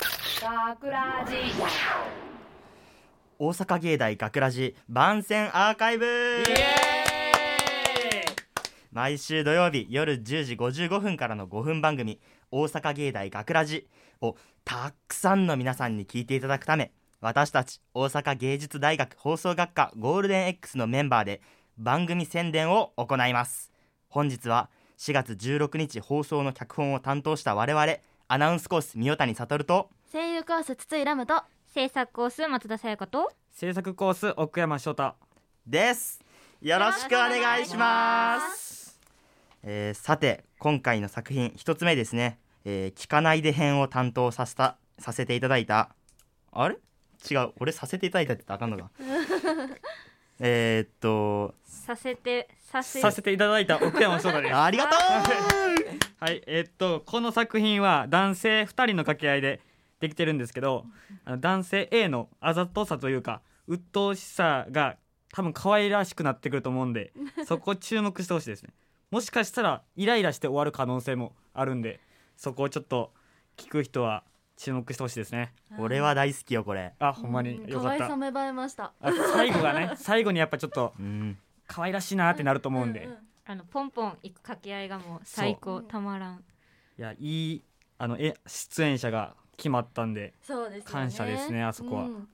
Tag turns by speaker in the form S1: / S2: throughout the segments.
S1: 学ラジ
S2: 大阪芸大学ラジ番宣アーカイブ毎週土曜日夜10時55分からの5分番組「大阪芸大学ラジをたくさんの皆さんに聞いていただくため私たち大阪芸術大学放送学科ゴールデン X のメンバーで番組宣伝を行います本日は4月16日放送の脚本を担当した我々アナウンスコース三代谷悟と
S3: 声優コース筒井ラムと
S4: 制作コース松田さやかと
S5: 制作コース奥山翔太
S2: ですよろしくお願いしますえーさて今回の作品一つ目ですね、えー聞かないで編を担当させたさせていただいたあれ違う俺させていただいたって言ったらあかん のかえーっと
S4: させてさせ
S5: させていただいた奥山翔太です
S2: ありがと
S5: はいえっとこの作品は男性2人の掛け合いでできてるんですけどあの男性 A のあざとさというか鬱陶しさが多分可愛らしくなってくると思うん でそこ注目してほしいですねもしかしたらイライラして終わる可能性もあるんでそこをちょっと聞く人は注目してほしいですね
S2: う俺は大好きよこれ
S5: あほんまによ
S3: 可
S5: かっ
S3: 愛
S5: た
S3: さ芽生えました
S5: あ最後がね最後にやっぱちょっと
S2: うん
S5: 可愛らしいなってなると思うんで、
S4: あのポンポンいく掛け合いがもう最高たまらん
S5: いやいいあのえ出演者が決まったんで
S3: そうですよね
S5: 感謝ですねあそこは
S3: うん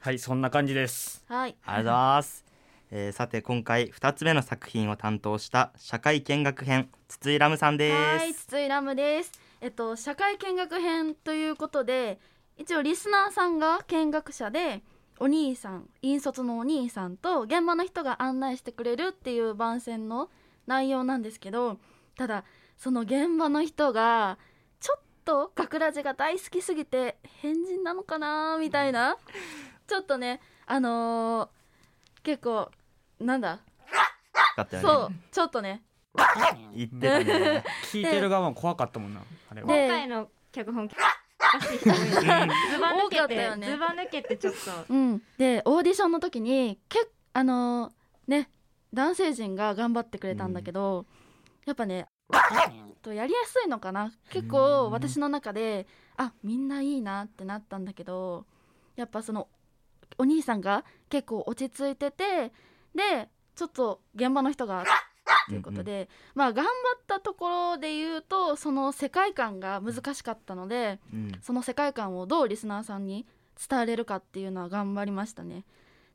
S5: はいそんな感じです
S3: はい
S2: ありがとうございます、えーさて今回二つ目の作品を担当した社会見学編筒井ラムさんです
S3: はい筒井ラムですえっと社会見学編ということで一応リスナーさんが見学者でお兄さん引率のお兄さんと現場の人が案内してくれるっていう番宣の内容なんですけどただその現場の人がちょっと学ラジが大好きすぎて変人なのかなみた いなちょっとねあのー結構なんだ、
S2: だったよね
S3: そうちょっとね
S2: 言ってたね
S5: 聞いてる側も怖かったもんなあれは
S3: で
S4: 今回の脚本聞かせて人多いな ずば抜
S3: 多か
S4: け
S3: ったよ
S4: て、
S3: ね
S4: ずば抜けてちょっと
S3: うん、でオーディションの時にけあのーね男性陣が頑張ってくれたんだけど、やっぱねとやりやすいのかな結構私の中であみんないいなってなったんだけどやっぱそのお兄さんが結構落ち着いててでちょっと現場の人が ということで、まあ頑張ったところで言うとその世界観が難しかったので。
S2: うん
S3: その世界観をどうリスナーさんに伝えれるかっていうのは頑張りましたね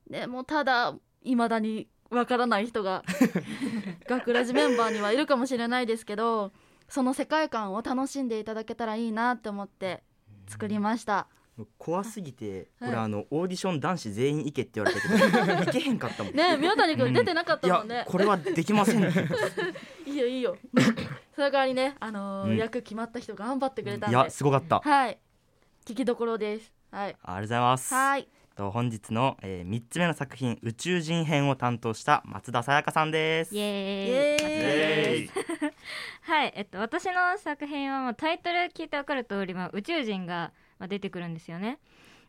S3: でもただ未だにわからない人 が学ラジメンバーにはいるかもしれないですけどその世界観を楽しんでいただけたらいいなって思って作りました
S2: 怖すぎて、
S3: はい
S2: 俺あのオーディション男子全員行けって言われたけど行けへんかったもん、
S3: ねえ宮谷
S2: う
S3: 君
S2: ん
S3: 出てなかっ
S2: い
S3: たも
S2: や
S3: んね
S2: これはできませんって言った
S3: いいよいいよその代わりねあのー
S2: うん
S3: 役決まった人頑張ってくれたん
S2: い
S3: で
S2: やすごかった、
S3: はい聞きどころです
S2: あ
S3: はい
S2: りがとうございます
S3: はい
S2: と本日の、えー、3つ目の作品宇宙人編を担当した松田さやかさんです
S4: イエ
S3: イ
S4: ーイ
S2: イ
S3: エーイ
S2: エーイ
S4: はい、えっと、私の作品は、まあ、タイトル聞いてわかる通り、まあ、宇宙人が、まあ、出てくるんですよね。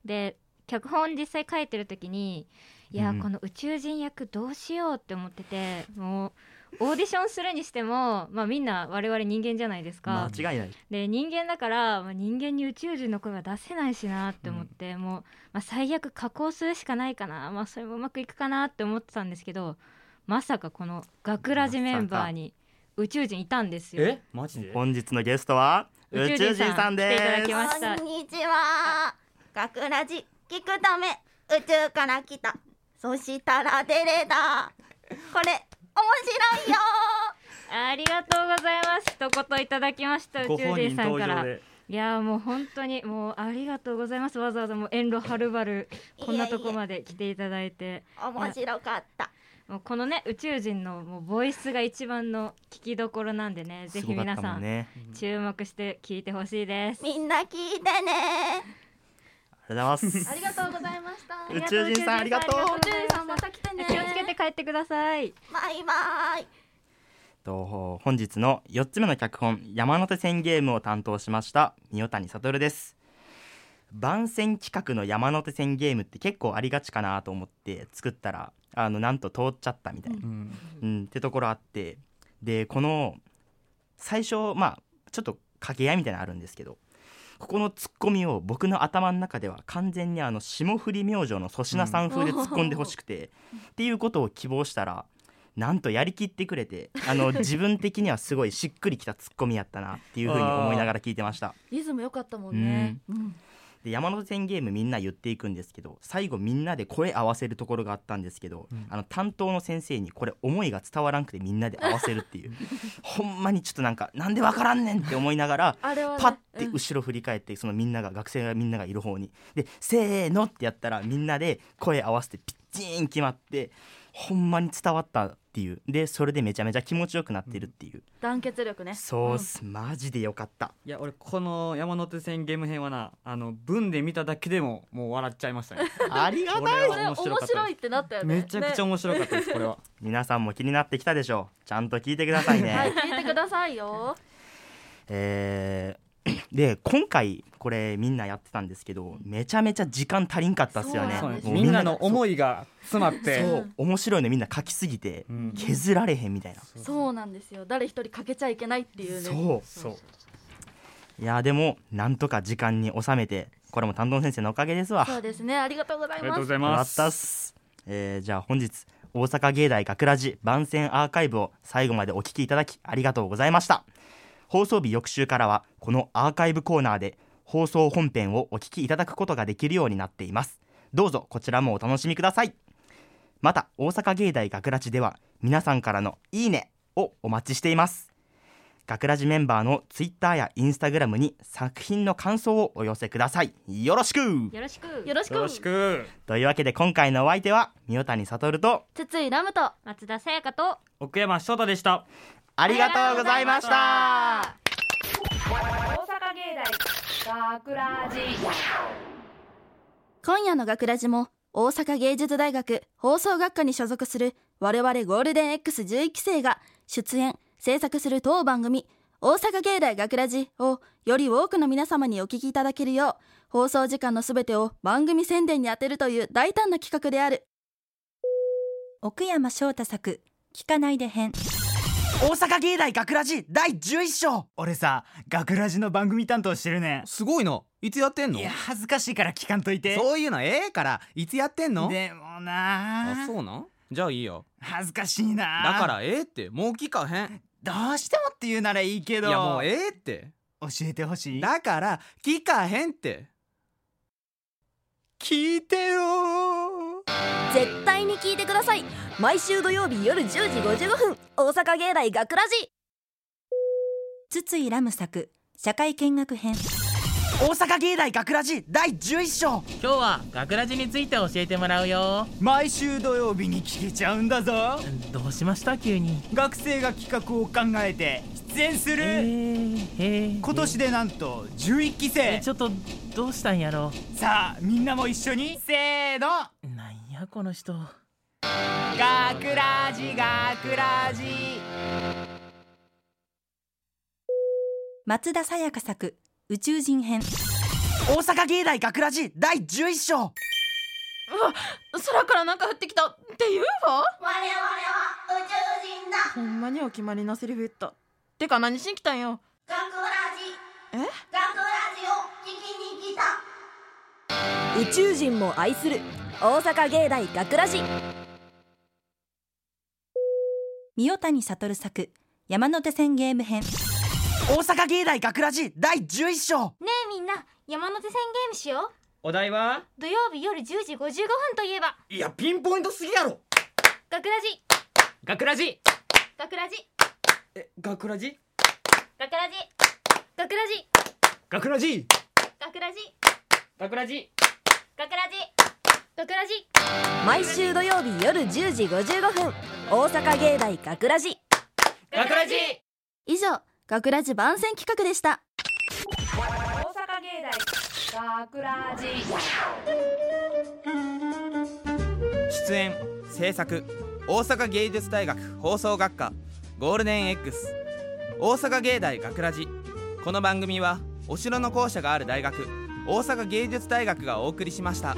S4: で脚本実際書いてる時にいや、
S2: うん
S4: この宇宙人役どうしようって思っててもうオーディションするにしても、まあ、みんな我々人間じゃないですか。
S2: 間違いない
S4: で人間だから、まあ、人間に宇宙人の声は出せないしなって思って、もう、まあ、最悪加工するしかないかな、まあ、それもうまくいくかなって思ってたんですけどまさかこの学ラジメンバーに宇宙人いたんですよ。
S5: えマジで
S2: 本日のゲストは宇
S4: 宇
S2: 宙
S4: 宙
S2: 人
S4: 人
S2: さ
S4: さ
S2: ん
S4: ん
S2: で
S4: 来ていただ
S2: す
S4: きまし
S6: こんにちは。学ラジ聞くため宇宙から来た。そしたら出れた。これ面白いよ。
S4: ありがとうございます。一言いただきました宇
S5: ご
S4: 宙
S5: 本人
S4: 人さん
S5: 登
S4: から。
S5: 場
S4: い
S5: で
S4: やーもう本当にもうありがとうございます。わざわざもう遠路はるばるこんなとこまで来ていただいて、
S6: 面白かった。
S4: もうこのね宇宙人のもうボイスが一番の聞きどころなんでね、ぜ
S2: す
S4: ひ
S2: ごか
S4: 皆
S2: った
S4: さ
S2: もん
S4: ん、
S2: ね
S4: 注目して聞いてほしいです。
S6: みんな聞いてね。
S2: ありがとうございま
S3: あ
S2: す
S3: りがとうございました
S4: あ
S2: 宇
S4: りがとう
S2: 宙人さんありがとう
S4: 宇
S3: おじ
S4: 宙
S3: い
S4: 人
S3: さ
S4: さ
S3: ん
S4: ん
S3: ま
S4: ま
S3: た
S4: た
S3: 来てね
S4: 気をつけて帰ってください。
S6: バイバイ。
S2: と本日の4つ目の脚本「山手線ゲーム」を担当しました三代谷悟です番宣企画の山手線ゲームって結構ありがちかなと思って作ったらあのなんと通っちゃったみたいな、
S5: うんうん
S2: うん、ってところあってでこの最初まあちょっと掛け合いみたいなのあるんですけどここのツッコミを僕の頭の中では完全にあの霜降り明星の粗品さん風で突っ込んでほしくて、っていうことを希望したらなんとやりきってくれてあの自分的にはすごいしっくりきたツッコミやったなっていうふうに思いながら聞いてました
S3: リズム良かったもんね、うん
S2: で山手線ゲームみんな言っていくんですけど最後みんなで声合わせるところがあったんですけど、あの担当の先生にこれ思いが伝わらんくてみんなで合わせるっていうほんまにちょっとなんかなんでわからんねんって思いながら
S3: あれはね
S2: パッて
S3: うん
S2: 後ろ振り返ってそのみんなが学生がみんながいる方にで「せーの」ってやったらみんなで声合わせてピッチーン決まってほんまに伝わったっていうでそれでめちゃめちゃ気持ちよくなってるっていう、
S3: 団結力ね
S2: そうっす、マジでよかった
S5: いや俺この山手線ゲーム編はなあの文で見ただけでももう笑っちゃいました ね
S2: ありが
S5: これ
S3: これ
S5: は
S3: 面
S5: 面白かった
S3: 白い
S5: で
S3: ってなったよ
S5: す
S3: ね
S5: めちゃくちゃ面白かったですこれは
S2: 皆さんも気になってきたでしょうちゃんと聞いてくださいね、
S3: ねはい聞いてくださいよ
S2: えーで今回これみんなやってたんですけどめちゃめちゃ時間足りんかったっすよね
S3: そ
S5: そうう
S3: なん
S5: で
S3: ですす
S2: もう
S5: みんなの
S2: い
S5: 思いが詰まって
S2: そうそう面白いのみんな書きすぎて
S5: うん
S2: 削られへんみたいな、
S3: そうなんですよ誰一人欠けちゃいけないっていうね
S2: そう
S5: そう
S2: いやでもなんとか時間に収めてこれも担当の先生のおかげですわ
S3: そうですねありがとうござ
S5: あ
S3: い
S5: りが
S3: ま
S5: とう
S3: す
S5: ござい
S2: よか
S5: ま
S2: っ
S5: す
S2: たっす、えーじゃあ本日大阪芸大学ラジ番宣アーカイブを最後までお聞きいただきありがとうございました放送日翌週からはこのアーカイブコーナーで放送本編をお聞きいただくことができるようになっていますどうぞこちらもお楽しみくださいまた大阪芸大学ラジでは皆さんからのいいねをお待ちしています学ラジメンバーのツイッターやインスタグラムに作品の感想をお寄せくださいよろしく
S4: よろしく
S3: よろしく
S5: よろしく
S2: というわけで今回のお相手は三代谷悟と
S3: 筒井ラムと
S4: 松田さやかと
S5: 奥山翔太でした
S2: ありがとうございました
S6: 今夜の学ラジも大阪芸術大学放送学科に所属する我々ゴールデン X11 期生が出演制作する当番組「大阪芸大学ラジをより多くの皆様にお聞きいただけるよう放送時間のすべてを番組宣伝に充てるという大胆な企画である奥山翔太作「聞かないで編
S2: 大阪芸大学ラジ第11章
S1: 俺さ学ラジの番組担当してるねん
S7: すごいな。いつやってんの
S1: いや恥ずかしいから聞かんといて
S7: そういうのええから、いつやってんの
S1: でもな
S7: あ
S1: あ、
S7: そうなんじゃあいいよ。
S1: 恥ずかしいな
S7: だからええって、もう聞かへん。
S1: どうしてもって言うならいいけ
S7: い
S1: ど
S7: やもうええって。
S1: 教えてほしい
S7: だから、聞かへんって。聞いてよー」
S6: 絶対に聞いてください毎週土曜日夜10時55分大阪芸大学ラジ筒井ラム作社会見学編
S2: 大阪芸大学ラジ第11章
S8: 今日は学ラジについて教えてもらうよ
S1: 毎週土曜日に聞けちゃうんだぞ
S8: どうしました急に
S1: 学生が企画を考えて出演する、
S8: へえ
S1: 今年でなんと11期
S8: え
S1: 生
S8: ちょっとどうしたんやろ
S1: さあみんなも一緒にせーの
S8: なんやこの人
S1: 学ラジ学ラジ
S6: 松田さやか作宇宙人編
S2: 大阪芸大学ラジ第11章
S9: 空からなんか降ってきたっていうわ
S10: 我々は宇宙人だ
S9: ほんまにお決まりのセリフ言ったてか何しに来たんよ
S10: 学ラジ
S9: え
S10: 学ラジを聞きに来た
S6: 宇宙人も愛する大阪芸大学ラジ三代谷悟作山手線ゲーム編
S2: 大阪芸大学ラジ第11章
S11: ねえみんな山手線ゲームしよう
S5: お題は
S11: 土曜日夜10時55分といえば
S5: いやピンポイントすぎやろ
S11: 学ラジ
S5: 学ラジ
S11: 学ラジ
S5: え学ラジ
S11: 学ラジ学ラジ
S5: 学ラジ
S11: 学ラジ
S5: 学ラジ
S11: 学ラジ学ラジ
S6: 毎週土曜日夜10時55分大阪芸大学ラジ
S5: 学ラジ
S6: 以上学ラジ番宣企画でした
S7: 出演制作大阪芸術大学放送学科ゴールデン X 大阪芸大学ラジこの番組はお城の校舎がある大学大阪芸術大学がお送りしました